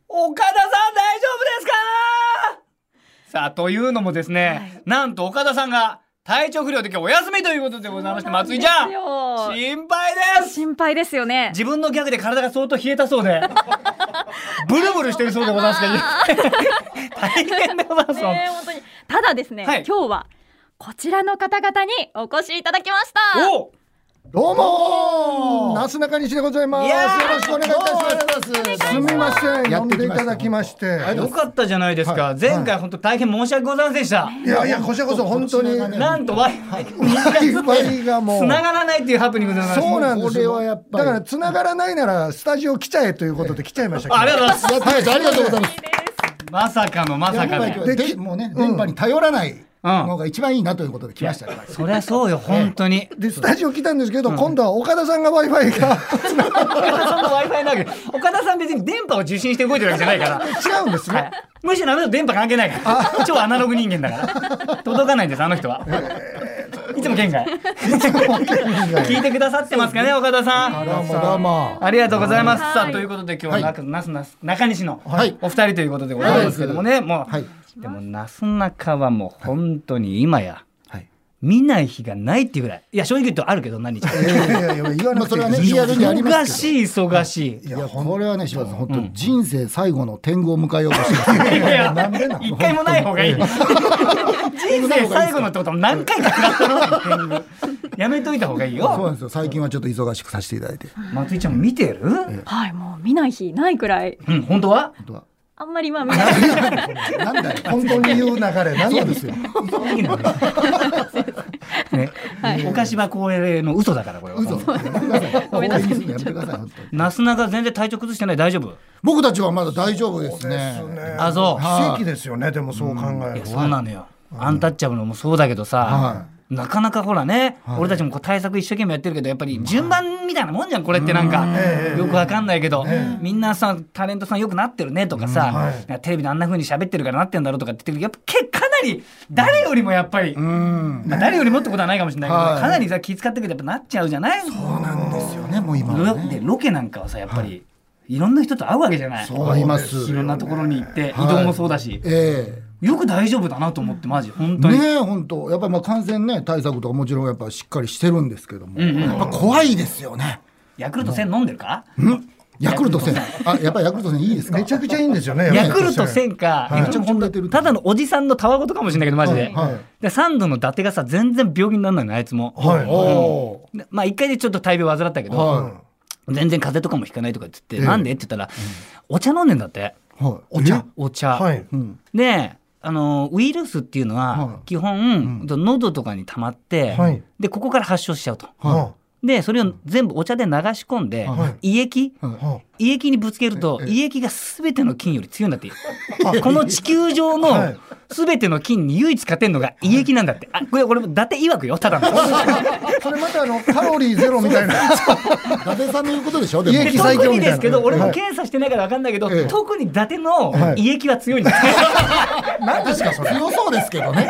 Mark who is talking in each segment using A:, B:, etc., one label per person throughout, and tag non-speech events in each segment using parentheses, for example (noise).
A: 岡田さん大丈夫ですかさあ、というのもですね、
B: はい
A: なんと岡田さんが体調不良で今日お休みということでございまして、松井ちゃん
B: ん
A: 心配です
B: 心配ですよね。
A: 自分のギャグで体が相当冷えたそう (laughs) で、ブルブルしてるそうでございますけど、大変でございます。
B: ねえ本当にただですね、
A: はい
B: 今日はこちらの方々にお越しいただきました。
A: おう
C: どう
A: おー
C: もなすなかにしでございます
A: い
C: よ
A: やー
C: ろしくお願いいた
A: ど
C: し
A: うもありがとうございます
C: ますすみません
D: や
C: 呼
D: っ
C: ん
D: て
C: で
D: き
C: い
D: ました
C: ただきまして
A: よかったじゃないですか。
C: はい
A: 前回本当大変申し訳ございませんでした。
C: いやいやこちらこそ本当に
A: な
C: ワ
A: んと Wi-Fi
C: イファイがもう
A: 繋がらないっていうハプニングでございます。
C: そうなんですよ
D: これはやっぱり
C: だから繋がらないならスタジオ来ちゃえということで来ちゃいましたけど
A: ありがとうございます。
D: やってましたありがとうございます。
A: まさかのま
D: や
A: さ
D: っ
A: か
D: ぱ
A: の。
D: り
C: で
D: でもうね電波に頼らない
A: うん
D: のが一番いいなということで来ましたよ。
A: そりゃそうよ、本当 (laughs) に。
C: でスタジオ来たんですけど、今度は岡田さんが w i f i が
A: 岡田さんの Wi-Fi なわけで岡田さん別に電波を受信して動いてるわけじゃないから。
C: 違うんですね、
A: はいむしろあの人電波関係ないから。超アナログ人間だから。届かないんです、あの人は。いつも県外。聞いてくださってますかね、岡田さん。
D: どうもどうも。
A: ありがとうございます。
B: はい
A: さあ、ということで今日はなすなすなす中西の
D: はい
A: お二人ということでございますけどもね、も、
D: はいう
A: でもなすなかはもう本当に今や、
D: はい。
A: 見ない日がないっていうぐらい。いや、正直言うとあるけど、何日か。
C: いやいやいや言わな
D: まあ
C: くて
D: それは
C: いいで
D: ね
C: す
D: リアルにありま
A: 忙
D: す
A: しい忙しい
D: け。ど。いやこれはね柴田さん本当人生最後の天狗を迎えようとしてます。 (laughs)
A: いやいや
D: なんでなの
A: 一回もない方がいい。人生最後のってことも何回か食らったのにやめといた方がいい
D: そうなん
A: よ。
D: ですよ最近はちょっと忙しくさせていただいて。
A: 松井ちゃんも見てる
B: はい、もう見ない日ないくらい、
A: うん、本当は
D: 本当は
B: あんまりまあ見ない。
D: なんだよ。
C: 本当に言う流れなん
D: そ
C: な
D: うんで
C: ですす
D: よ
C: よ。
A: ね。お菓子場公営の嘘だから、これは。
D: (laughs) 嘘。
B: ごめんなさい
D: 応援するのやめてください本当に
A: なすなか全然体調崩してない大丈夫
D: 僕たちはまだ大丈夫ですね。
A: あそう
C: 奇跡ですよねでもそう考え
A: い
C: る
A: や
C: と、
A: そうなのよ、アンタッチャブルもそうだけどさ
D: は、
A: なかなかほらね、俺たちもこう対策一生懸命やってるけどやっぱり順番みたいなもんじゃんこれってなんか、よくわかんないけど、みんなさタレントさんよくなってるねとかさ、
C: は
A: テレビであんな風に喋ってるからなってんだろうとかって言ってるけどやっぱけかなり誰よりもやっぱり、
D: うん。
A: まあ誰よりもってことはないかもしれないけど、
D: はい
A: かなりさ気使ってるけどやっぱなっちゃうじゃない
D: そうなんですよねもう今
A: ロ
D: は
A: で
D: ね。
A: ロケなんかはさやっぱり、い、ろんな人と会うわけじゃない
D: そういます。
A: いろんなところに行って、
D: はい
A: 移動もそうだし、
D: ええ。
A: よく大丈夫だなと思ってマジ本当に、
D: ねえ本当やっぱりまあ感染ね対策とかもちろんやっぱしっかりしてるんですけども、
A: んうん
D: やっぱ怖いですよね。
A: ヤクルト1000飲んでるか
D: んヤクルト戦あやっぱりヤクルト戦いいですか。
C: めちゃくちゃいいんですよね
A: ヤクルト1000か、
C: は
A: い
C: い
A: やちょっとほんとただのおじさんのたわごとかもしれないけどマジで、
C: はい
A: で3度の伊達がさ全然病気にならないのあいつも、
C: はい
D: おお
A: でまあ1回でちょっと大病患ったけ
D: ー。
A: ど、
D: は
A: 全然風邪とかもひかないとかって言って、
D: ええ
A: なんでって言ったら、お茶飲んでんだって
D: いはい。
A: お茶お茶、
C: はい
D: うん。
A: であのウイルスっていうの
D: は
A: はい基本、喉とかに溜まって、
C: はい
A: でここから発症しちゃうと
C: は
A: でそれを全部お茶で流し込んで、
D: は
A: 胃液、
C: いは
A: 胃液にぶつけると
D: ええ
A: 胃液が全ての菌より強いんだって (laughs) この地球上の
C: はい
A: 全ての菌に唯一勝てんのが胃液なんだってあこれこれ伊達曰くよただの
C: (laughs) いそれまたあのカロリーゼロみたいな
D: 伊達さんの言うことでしょ。で
C: い
D: も
C: え
A: で
C: 液最強
A: 特に
C: み
A: で
C: たいな
A: すけど俺も
C: はい
A: 検査してないから分かんないけど、
D: ええ
A: 特に伊達の
C: はい
A: 胃液は強いんだって、
C: (laughs)
D: 何ですかそれ。強そうですけどね。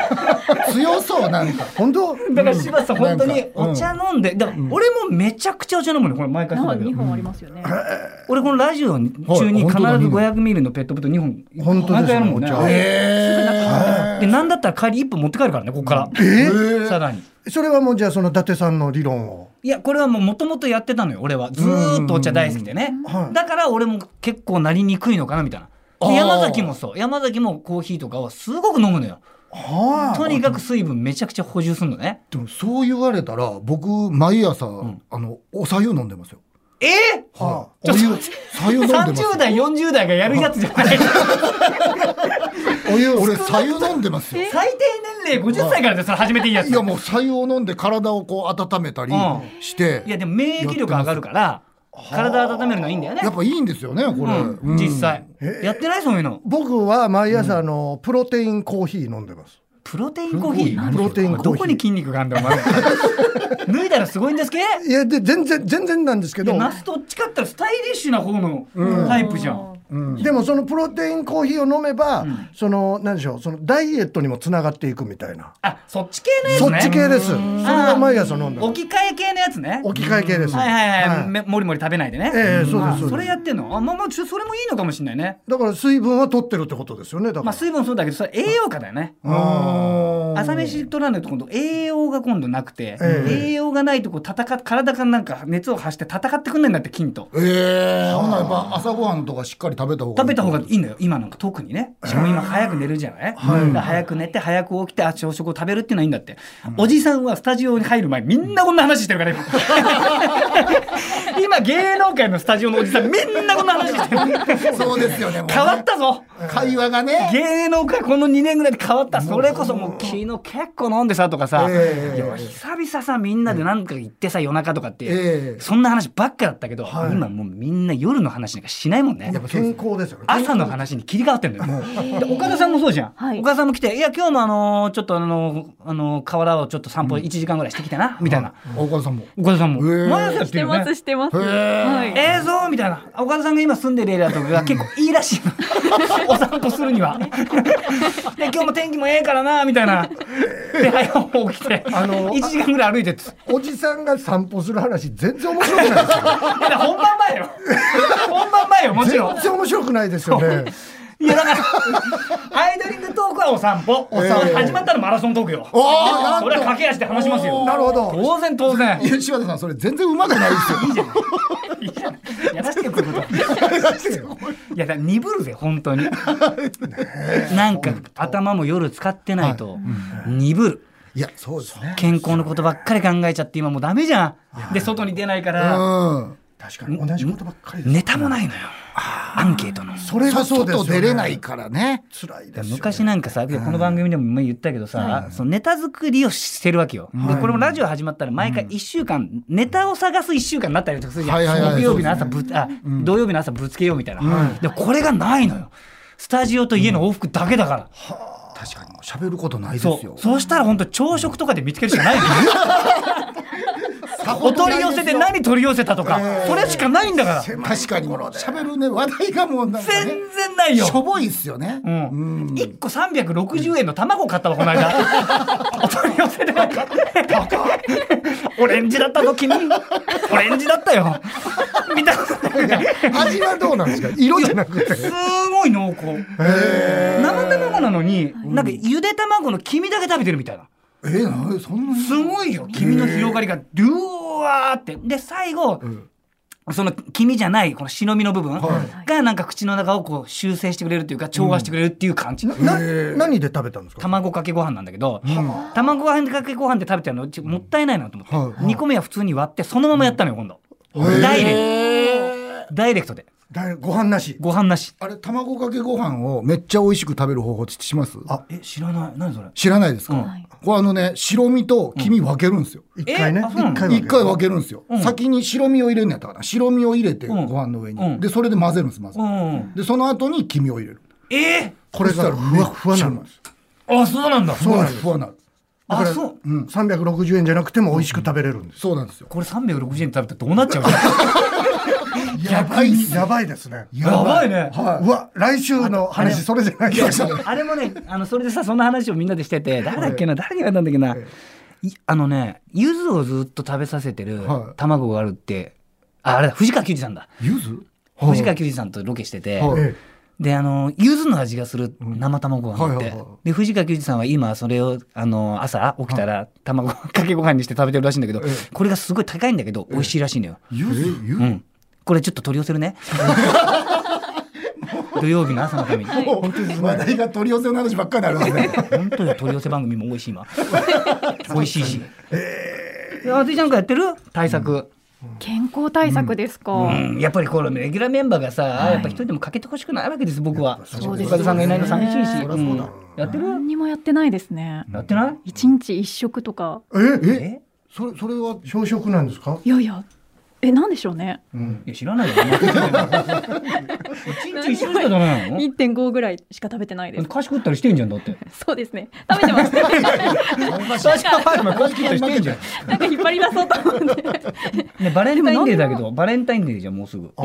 D: 強そうなんか。
C: 本当
A: だから柴田さん本当
D: なん
A: に
D: か
A: お茶飲んで、だから俺もめちゃくちゃお茶飲むのこれ毎回そうだけど
B: 二本ありますよね。
A: 俺このラジオ中に必ず500ミリのペットボトル2本
C: 本当
A: 毎回
C: です
A: やるもん
C: ね
A: ね
C: お茶
A: でなんだったら帰り1本持って帰るからねここから、
C: え
A: さらに
C: それはもうじゃあその伊達さんの理論を
A: いやこれはもうもともとやってたのよ俺はずーっとお茶大好きでね
C: はい
A: だから俺も結構なりにくいのかなみたいな
D: あ
A: で
D: ー
A: 山崎もそう山崎もコーヒーとかはすごく飲むのよ
C: は
A: とにかく水分めちゃくちゃ補充するのね
D: でもそう言われたら僕毎朝、あのお白湯飲んでますよ。
A: えー
D: はお湯白湯飲んでます。
A: 30代40代がやるやつじゃない
D: お湯俺白湯飲んでますよ。
A: 最低年齢50歳からでそれ始めていいやつ
D: いやもう白湯を飲んで体をこう温めたり
A: うん
D: して、
A: いやでも免疫力上がるから体温めるのはいいんだよね
D: やっぱいいんですよねこれ、
A: うん、実際やってないそういうの
C: 僕は毎朝あの、プロテインコーヒー飲んでます
A: プロテインコーヒー
C: プロテインコーヒー
A: どこに筋肉があんだよお前脱いだらすごいんですけ
C: いやで全然全然なんですけど
A: ナスとっちかったらスタイリッシュな方のタイプじゃん、
D: うん
C: でもそのプロテインコーヒーを飲めば、
A: ん
C: その何でしょうそのダイエットにもつながっていくみたいな、
A: あそっち系のやつ
C: そ
A: ね
C: っち系ですそれ
A: ん
C: は毎朝飲んでる
A: 置き換え系のやつね
C: 置き換え系です
A: はいはいはい、
C: はい
A: めもりもり食べないでね、
C: ええそう
A: あ
C: です
A: そ
C: そう
A: れ
C: で
A: や
C: す
A: ってんのあまあまあちょそれもいいのかもしれないね
C: だから水分は取ってるってことですよねだから、
A: まあ水分もそうだけどそれ栄養価だよね
C: あー
A: 朝飯取らないと今度栄養が今度なくて、
C: ええ
A: 栄養がないとこう戦っ体がなんか熱を発して戦ってくんないんだって菌と
D: ええほんならやっぱ朝ごはんとかしっかり食べた方が
A: 食べた方がい
D: い
A: いんだよ今なんか特にねしかも今早く寝るじゃない、だから早く寝て早く起きてあ朝食を食べるっていうのはいいんだって、おじさんはスタジオに入る前みんなこんな話してるから今今芸能界のスタジオのおじさんみんなこんな話してる
D: そうですよねもうね
A: 変わったぞ
D: 会話がね
A: 芸能界この2年ぐらいで変わったそれこそもう昨日結構飲んでさとかさ、
D: ええ
A: いや久々さみんなで何か行ってさ夜中とかって、
D: ええ
A: そんな話ばっかだったけど、
C: はい
A: 今もうみんな夜の話なんかしないもんね
C: やっぱ健康ですよね
A: 朝の話に切り替わってんだよ。で岡田さんもそうじゃん。
B: はい
A: 岡田さんも来て、いや、今日もあのーちょっとあのーあのー河原をちょっと散歩1時間ぐらいしてきたな、みたいな。
D: 大川さんも
A: 岡田さんも。
D: へー
A: 毎朝やっ
B: して
A: る
B: て
A: よ
B: ます
A: ね。
B: してます。
D: へえ
B: はい。
A: ええそうみたいな岡田さんが今住んでるエリアとかが結構いいらしいのお散歩するにはで今日も天気もええからなみたいなで早く起きて
C: あの
A: 1時間ぐらい歩いてっつ
C: おじさんが散歩する話全然面白くないですよ
A: いやだから本番前よ本番前よもちろん
C: 全然面白くないですよね
A: いやだからアイドリングトークはお散歩お散歩、
D: ええ
A: 始まったらマラソントークよ
D: おーなんと
A: それは駆け足で話しますよ
D: おー
C: なるほど
A: 当然当然
D: いや柴田さんそれ全然うまくないですよ
A: いいじゃないやらせてよこういうこといやだから鈍るぜ本当になんか頭も夜使ってないと鈍る
D: いやそうですね
A: 健康のことばっかり考えちゃって今もうダメじゃんで外に出ないか
D: う
A: ら
D: ん
C: 確かに同じことばっかりです
A: ネタもないのよアンケートの
C: それがそうですよ、
D: 外
C: ね、
D: 出れないからね
C: 辛いですよ、ね、
A: 昔なんかさ、この番組でも前言ったけどさ、そのネタ作りをしてるわけよ。で、これもラジオ始まったら毎回1週間、ネタを探す1週間になったりとかするじゃん。
D: はいはいは
A: 木
D: い
A: 曜日の朝ぶ、あ、土曜日の朝ぶつけようみたいな。で、これがないのよ。スタジオと家の往復だけだから。
D: 確かにもう喋ることないです
A: そ
D: よ
A: う。そうしたら本当朝食とかで見つけるしかないのよ。お取り寄せで何取り寄せたとか、それしかないんだから。
D: 確かに喋るね話題がもうなんか
A: 全
D: ね
A: 然ないよ
D: し。ょぼいっすよね
A: うん、1個360円の卵買ったわこの (laughs) 間お取り寄せでオレンジだったの君オレンジだったよ見たことない
D: 味はどうなんですか色じゃなくて
A: すごい濃厚生卵なのになんかゆで卵の黄身だけ食べてるみたいな
D: えーなんそんなに
A: すごいよ黄身の広がりがドゥワーってで最後、その黄身じゃないこの白身の部分がなんか口の中をこう修正してくれるというか調和してくれるっていう感じ、
C: な何で食べたんですか
A: 卵かけご飯なんだけど、卵かけご飯で食べてるのちょもったいないなと思って、2個目は普通に割ってそのままやったのよ今度、ダイレクトダイレクトで
C: だいご飯なし
A: ご飯なし
D: あれ卵かけご飯をめっちゃ美味しく食べる方法って知ってます
C: あ
A: え知らない何それ
D: 知らないですか、
A: はい
D: これあのね白身と黄身分けるんですよ、
C: 一回ね
A: えあそうなの
C: 一回
D: 一回分
C: け
D: けるんですよ、
A: ん
D: 先に白身を入れるんやったかな白身を入れてご
A: ん
D: 飯の上に、
A: うん
D: でそれで混ぜるんですまず、
A: うんうん
D: でその後に黄身を入れる
A: え
C: これがふわっふわなんです
A: あそうなんだ
D: そうなんですそうなんです
A: あそう
C: うん360円じゃなくても美味しく食べれるんです
D: そうなんですよ
A: これ360円で食べたらどうなっちゃうの
C: やばいやばいですね
A: やばいね
C: はいうわ来週の話それじゃないです
A: (laughs)
C: か
A: あれもねあのそれでさそんな話をみんなでしてて誰だっけな誰がやったんだっけな、いあのね柚子をずっと食べさせてる
D: はい
A: 卵があるってああれだ藤川球児さんだ
D: (laughs) ゆず
A: 藤川球児さんとロケしてて、
D: はい
C: え
A: であの柚子の味がする生卵ご飯って、
D: はいはいはい
A: で藤川球児さんは今それをあの朝起きたら卵かけご飯にして食べてるらしいんだけど、これがすごい高いんだけど美味しいらしいのよ、
D: ゆずゆ
A: う、ん、これちょっと取り寄せるね (laughs) 土曜日の朝のために
D: もう話題が取り寄せの話ばっかりになるんですね
A: 本当よ取り寄せ番組も美味しい今美味しいしええ松井ちゃんがやってる対策、
B: 健康対策ですか。
A: うんやっぱりこのレギュラーメンバーがさ、やっぱ一人でもかけてほしくないわけです僕は
B: そうですよね
A: 岡田さんがいないの寂しいし、
B: そりゃそうだ
A: うんやってる
B: 何にもやってないですね。
A: やってない
B: 一日一食とか。
A: え
C: え
D: それそれは
C: 朝食なんですか
B: いやいや。え、なんでしょうね。
A: いや知らないよ。一日一緒じゃダメなの？
B: 一点五ぐらいしか食べてないです。
A: 菓子食ったりしてんじゃんだって。
B: そうですね。食べ
A: (laughs)
B: てます。
A: 最初の前も菓子食ったりして
D: (laughs)
A: んじゃん。
B: なんか引っ張り出そうと思って。
A: ねバレンタインデーだけどバレンタインデーじゃんもうすぐ。
C: あ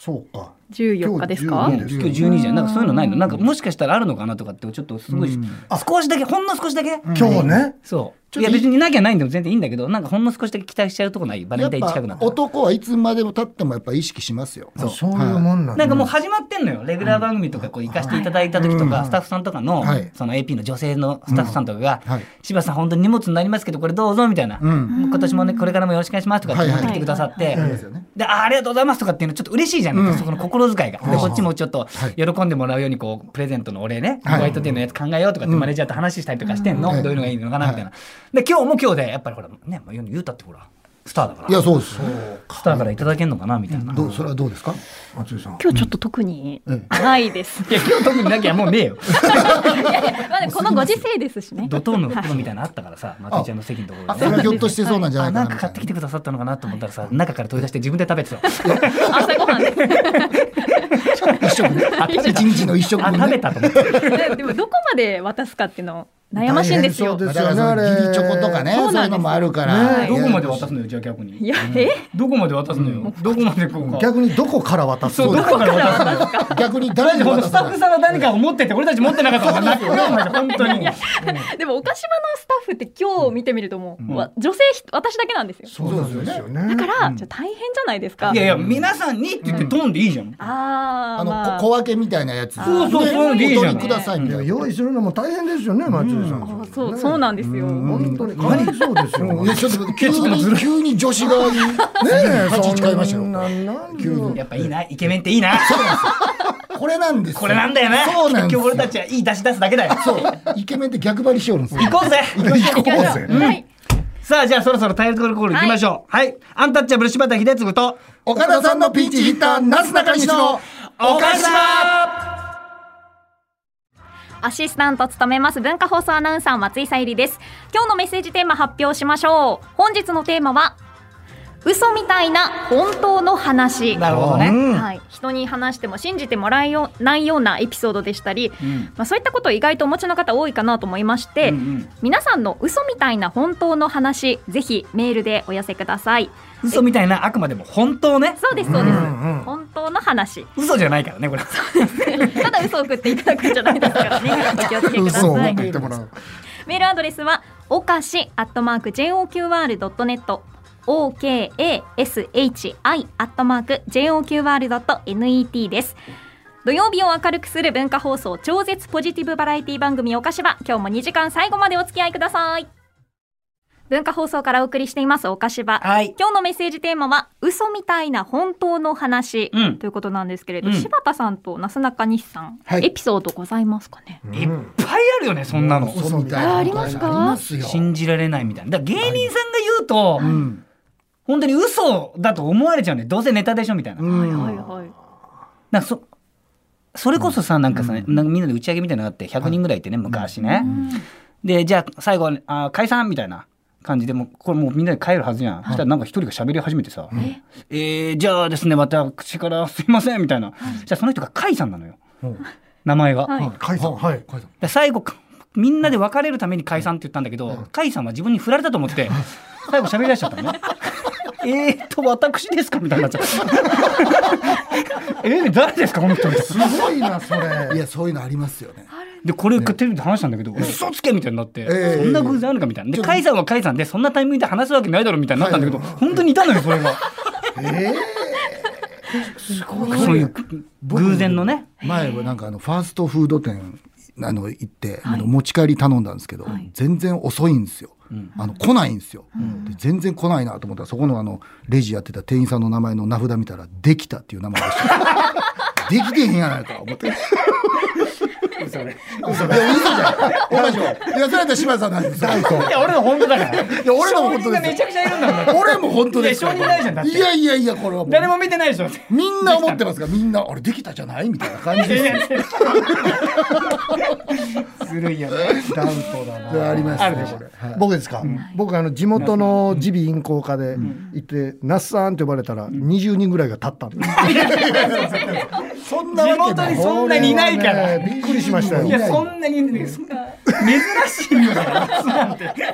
C: そうか
B: 14日ですか
D: 今
A: ね
D: 日
A: 今日12じゃんなんかそういうのないのなんかもしかしたらあるのかなとかってちょっとすごい、
D: うん
A: 少しだけほんの少しだけ、
D: 今
C: 今日ね。
A: そういや別になきゃないんでも全然いいんだけどなんかほんの少しだけ期待しちゃうとこないバレ
D: や
A: ン
D: っ
A: タイン近くなん
D: ぱ
A: か
D: 男はいつまでも経ってもやっぱ意識しますよ。
C: あそういうもんなんだ
A: なんかもう始まってんのよレギュラー番組とかこう行かせていただいた時とか、スタッフさんとかの、
D: はい
A: その AP の女性のスタッフさんとかが
D: うんはい
A: 「柴、さん本当に荷物になりますけどこれどうぞ」みたいな、
D: うん。
A: 今年もねこれからもよろしくお願いします」とかって持ってきてくださって。
D: そうですよね。
A: であありがとうございますとかっていうのちょっと嬉しいじゃないですか、そこの心遣いが、でこっちもちょっと喜んでもらうようにこうプレゼントのお礼ね、
D: はい
A: ホワイトデーのやつ考えようとかってマネージャーと話したりとかしてんの、
D: うん
A: どういうのがいいのかなみたいな、で今日も今日でやっぱりほらねもう言うたってほらスターだから
D: いやそうです。
A: スターからいただけるのかなみたいな、
D: どうそれはどうですか？
C: 松井さん。
B: 今日ちょっと特にないです。
A: いや今日特になきゃもうねえよ
B: まあ、このご時世ですしね。
A: 怒涛の袋みたいなのあったからさ松井ちゃんの席のところ
D: あそれはひょっとしてそうなんじゃな
A: あ
D: いかな
A: なん
D: み
A: か
D: たいな。
A: 買ってきてくださったのかなと思ったらさ中から取り出して自分で食べ
D: (laughs)
A: てた
B: 朝ごはんです。
D: 一食ね
A: あ食べた
D: 一日の一食
A: あ
D: 分
A: 食べ
D: ね。
A: たと思って
B: でも、どこまで渡すかっていうの、悩ましいんですよ
C: 大。変そう
D: だからその
C: ですよね
D: 義理チョコとかね
B: あれ
D: そういうのもあるから、
B: ね
A: どこまで渡すのよじゃあ逆に
B: いや、え、
A: どこまで渡すのよ、どこまでこうか
D: 逆にどこから渡す
A: そうどこから渡すの
D: 逆に誰に
A: ほん (laughs) と
D: 渡す
A: スタッフさんは何かを持ってて俺たち持ってなかったもんな本当に
B: でも、岡島のスタッフって、今日見てみると、もう、わ女性ひ、私だけなんですよ。
C: そうなんですよね。
B: だから、じゃ、大変じゃないですか。
A: いやいや皆さんにって言って飛んでいいじゃん、
B: ああ、
D: あの、
B: まあ、
D: こ小分けみたいなやつ
A: そうそうそういうのでいいじゃん
D: お取りくださいみ
C: い
D: た
C: や
D: いな。
C: 用意するのも大変ですよね、松井さん。
B: あそう、そうなんですよ。
C: 本当にかわいそうですよ。
D: い
C: ね
D: やちょっと急に急に女子 (laughs) 側にね
C: (laughs) え、
D: 立ち位置変えました
C: そん
D: よ。
C: ななん
D: 急に
A: やっぱいいなイケメンっていいな
D: これなんですよ。
A: これなんだよな
D: そうなん
A: 結
D: ですよ。
A: 局俺たちはいい出し出すだけだよ
D: そうイケメンって逆張りしよるんですよ。
A: 行こうぜ
D: 行こう
B: いや
D: ぜ。
B: いやはい、
A: さあじゃあそろそろタイトルコールいきましょうはい、アンタッチャブル柴田秀嗣と
D: 岡田さんのピンチヒッターなすなかにしの
A: 岡
B: アシスタントを務めます文化放送アナウンサー松井さゆりです今日のメッセージテーマ発表しましょう本日のテーマは嘘みたいな本当の話
A: なるほどね、
B: はい、人に話しても信じてもらえよないようなエピソードでしたり、
A: ん
B: まあ、そういったことを意外とお持ちの方多いかなと思いまして、
A: うんうん
B: 皆さんの嘘みたいな本当の話ぜひメールでお寄せください
A: 嘘みたいなあくまでも本当ね
B: そうですそうです、
C: んうん
B: 本当の話 (laughs)
A: 嘘じゃないからねこれ
B: ただ嘘を送っていただくんじゃないですからねお気をつけください
D: 嘘を送ってもらう。
B: メールアドレスはおかしアットマーク JOQR.net okashi アットマーク JOQR.net です土曜日を明るくする文化放送超絶ポジティブバラエティ番組おかしば今日も2時間最後までお付き合いください文化放送からお送りしていますおかしば
A: はい
B: 今日のメッセージテーマは嘘みたいな本当の話、
A: うん
B: ということなんですけれど、
A: うん
B: 柴田さんとなすなかにしさん、
D: はい
B: エピソードございますかね
A: いっぱいあるよねそんなの
D: 嘘みたいな。
B: あありますか
D: ありますよ。
A: 信じられないみたいなだから芸人さんが言うと、
D: うん。
A: 本当に嘘だと思われちゃうねどうせネタでしょみたいな,、
B: はいはいはい
A: なんかそそれこそさなんかさ、なんかみんなで打ち上げみたいなのがあって100人ぐらいいてね昔ね、でじゃあ最後あ解散みたいな感じでもうこれもうみんなで帰るはずじゃん、そしたらなんか一人が喋り始めてさ「えーじゃあですねまた口からすいません」みたいな、じゃあその人が甲斐さんなのよ名前が。
B: はい
C: 解散はい。
A: で最後かみんなで別れるために解散って言ったんだけど、甲斐さんは自分に振られたと思 (laughs) って最後喋り出しちゃった (laughs) のね。えーっと私ですかみたいになっ (laughs) ちゃうえー誰ですかこの人みたいな
C: すごいなそ
D: い
C: れ。
D: やそういうのありますよね。
A: でこれテレビで話したんだけど、嘘つけみたいになって、
D: ええ
A: そんな偶然あるかみたいなで
D: ちょ
A: 甲斐さんは甲斐さんでそんなタイミングで話すわけないだろみたいになったんだけど、本当にいたのよそれが
C: え
A: そういう偶然のね
D: 前はなんかあのファーストフード店あの行って、あの持ち帰り頼んだんですけど、全然遅いんですよ。あの来ないんですよ、で全然来ないなと思ったらそこのあのレジやってた店員さんの名前の名札見たら「できた」っていう名前でした (laughs) できてへんやないか思って嘘ね嘘じゃんおかしいいやそれやったら柴田さんなんですよ
A: いや俺の本当だから
D: いや俺らも本当
A: 人
D: で
A: が
D: すよ
A: めちゃくちゃいるんだもんだって
D: 俺も本当ですよ
A: いや証人ないじゃんだって
D: いやいやいやこれはもう
A: 誰も見てないでしょって
D: みんな思ってますからみんなあれできたじゃないみたいな感じです
A: ずるいよね
C: ダウトだな。
D: あります
A: あるでしょ
D: これはい
C: 僕ですか、僕あの地元の耳鼻咽喉科で行って「那須さん」って呼ばれたら20人ぐらいが立ったんです
D: そんな
A: 地
D: わけな
A: 元
D: い
A: にそんなにいないから
C: これはねびっくりしましたよ
A: い
D: や
A: やそんなにねそんな珍しいんだから夏なんてなんで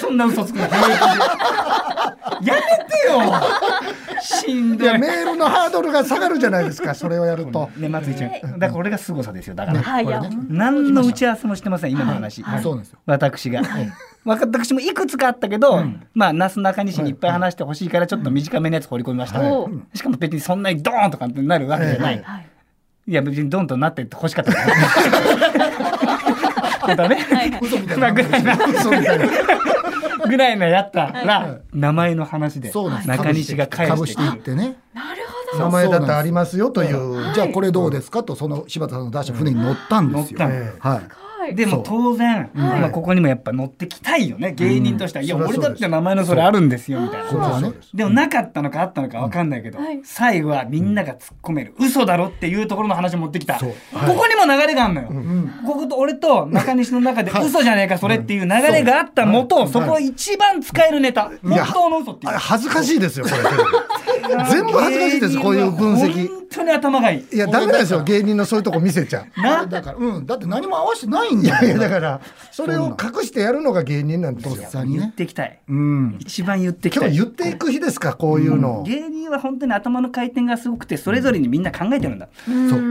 A: そんな嘘つくのやめてよしん
C: い
A: どい
C: やメールのハードルが下がるじゃないですかそれをやると。
A: ね松井ちゃんだからこれが凄さですよだから
B: はい、いや
D: これね
A: 何の打ち合わせもしてません今の話、
D: そうなんです
A: (laughs)
D: よ。
A: 私が、私もいくつかあったけど、まあなすなかにしにいっぱい話してほしいからちょっと短めのやつ放り込みました、
B: おう
A: しかも別にそんなにドーンとかってなるわけじゃない、
B: はい
A: いや別にドンとなってって欲しかったからだね、
D: 嘘みたい
A: まあ
D: な。
A: ぐらいな
D: 嘘みたいな。
A: ぐらいのやったら名前の話で
D: そうなんです。
A: 中西が返
D: 被
A: し
D: してて
A: く
D: い
A: る
D: ってね。
B: なるほ
D: そう
C: 名前だってありますよとい
D: そう
C: う
D: なんですじゃあこれどうですかとその柴田さんの出した船に乗ったんですよ。
A: 乗った
D: はい
C: え。
B: どはい
A: でも当然、まあ、ここにもやっぱ乗ってきたいよね芸人としては「いや俺だって名前のそれあるんですよ」みたい
D: ここ
A: な。
D: はね。
A: でもなかったのかあったのかわかんないけど、
B: うんはい
A: 最後はみんなが突っ込める、嘘だろっていうところの話を持ってきた、
D: そう
A: ここにも流れがあるのよ、ここと俺と中西の中で嘘じゃねえかそれっていう流れがあったのと、そこを一番使えるネタ、
C: いや
A: 本当の嘘っていう
C: あ恥ずかしいですよこれ。全部恥ずかしいですこういう分析。
A: 本当に頭がいい
C: いやダメなんですよ芸人のそういうとこ見せちゃう。
A: な
D: だからうんだって何も合わせてないんだ
C: いや
D: よ。
C: だからそれを隠してやるのが芸人なんです
D: とっ
C: よ。
D: さに
A: 言っ
D: ね。
A: てきたい
D: うん。
A: 一番言ってきた
C: 今
A: い
C: 日言っていく日ですかこういうの。
A: 芸人は本当に頭の回転がすごくてそれぞれにみんな考えてるんだ、
D: そう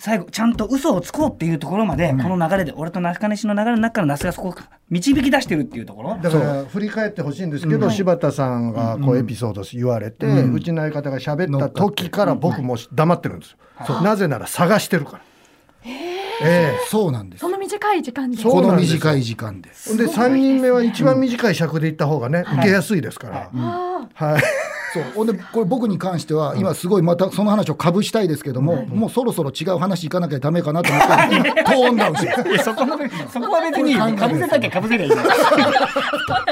A: 最後ちゃんと嘘をつこうっていうところまで、この流れで俺と中西の流れの中から那須がそこを導き出してるっていうところ
C: だから振り返ってほしいんですけど、柴田さんがこうエピソード言われて、うちの相方が喋った時から僕も黙ってるんですよ、そうなぜなら探してるから、え
D: そうなんです
B: そ。の短い時間で
C: そう
D: この短い時間で。
C: えで3人目は一番短い尺で行った方がね、受けやすいですから、
B: あ
C: はい
D: そうほんでこれ僕に関しては今すごいまたその話をかぶしたいですけども、もうそろそろ違う話いかなきゃダメかなと思って今トーンダウンして
A: いや (laughs) そこのそこは別にかぶせたきゃかぶせりゃいい
B: ー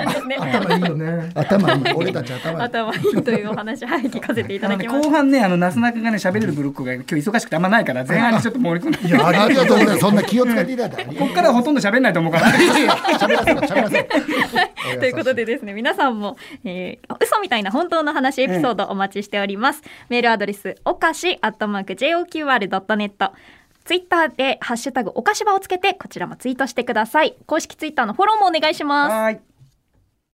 B: ですね
C: 頭いいよね
D: 頭いい俺たち頭いい
B: 頭いいというお話はい聞かせていただきま
A: 後
B: し
A: 半ねあのなすなかがね喋れるブロックが今日忙しくてあんまないから前半にちょっと盛り込ん (laughs) で
C: いや
D: ありがとうございますそんな気を使っていただいて
A: こっからはほとんど喋んないと思うから
D: 喋らせろ喋らせろ
B: たということでですね皆さんも、えー、嘘みたいな本当の話エピソードお待ちしております、メールアドレスおかしアットマーク JOQR.net ツイッターでハッシュタグおかしばをつけてこちらもツイートしてください公式ツイッターのフォローもお願いします
A: (laughs) はい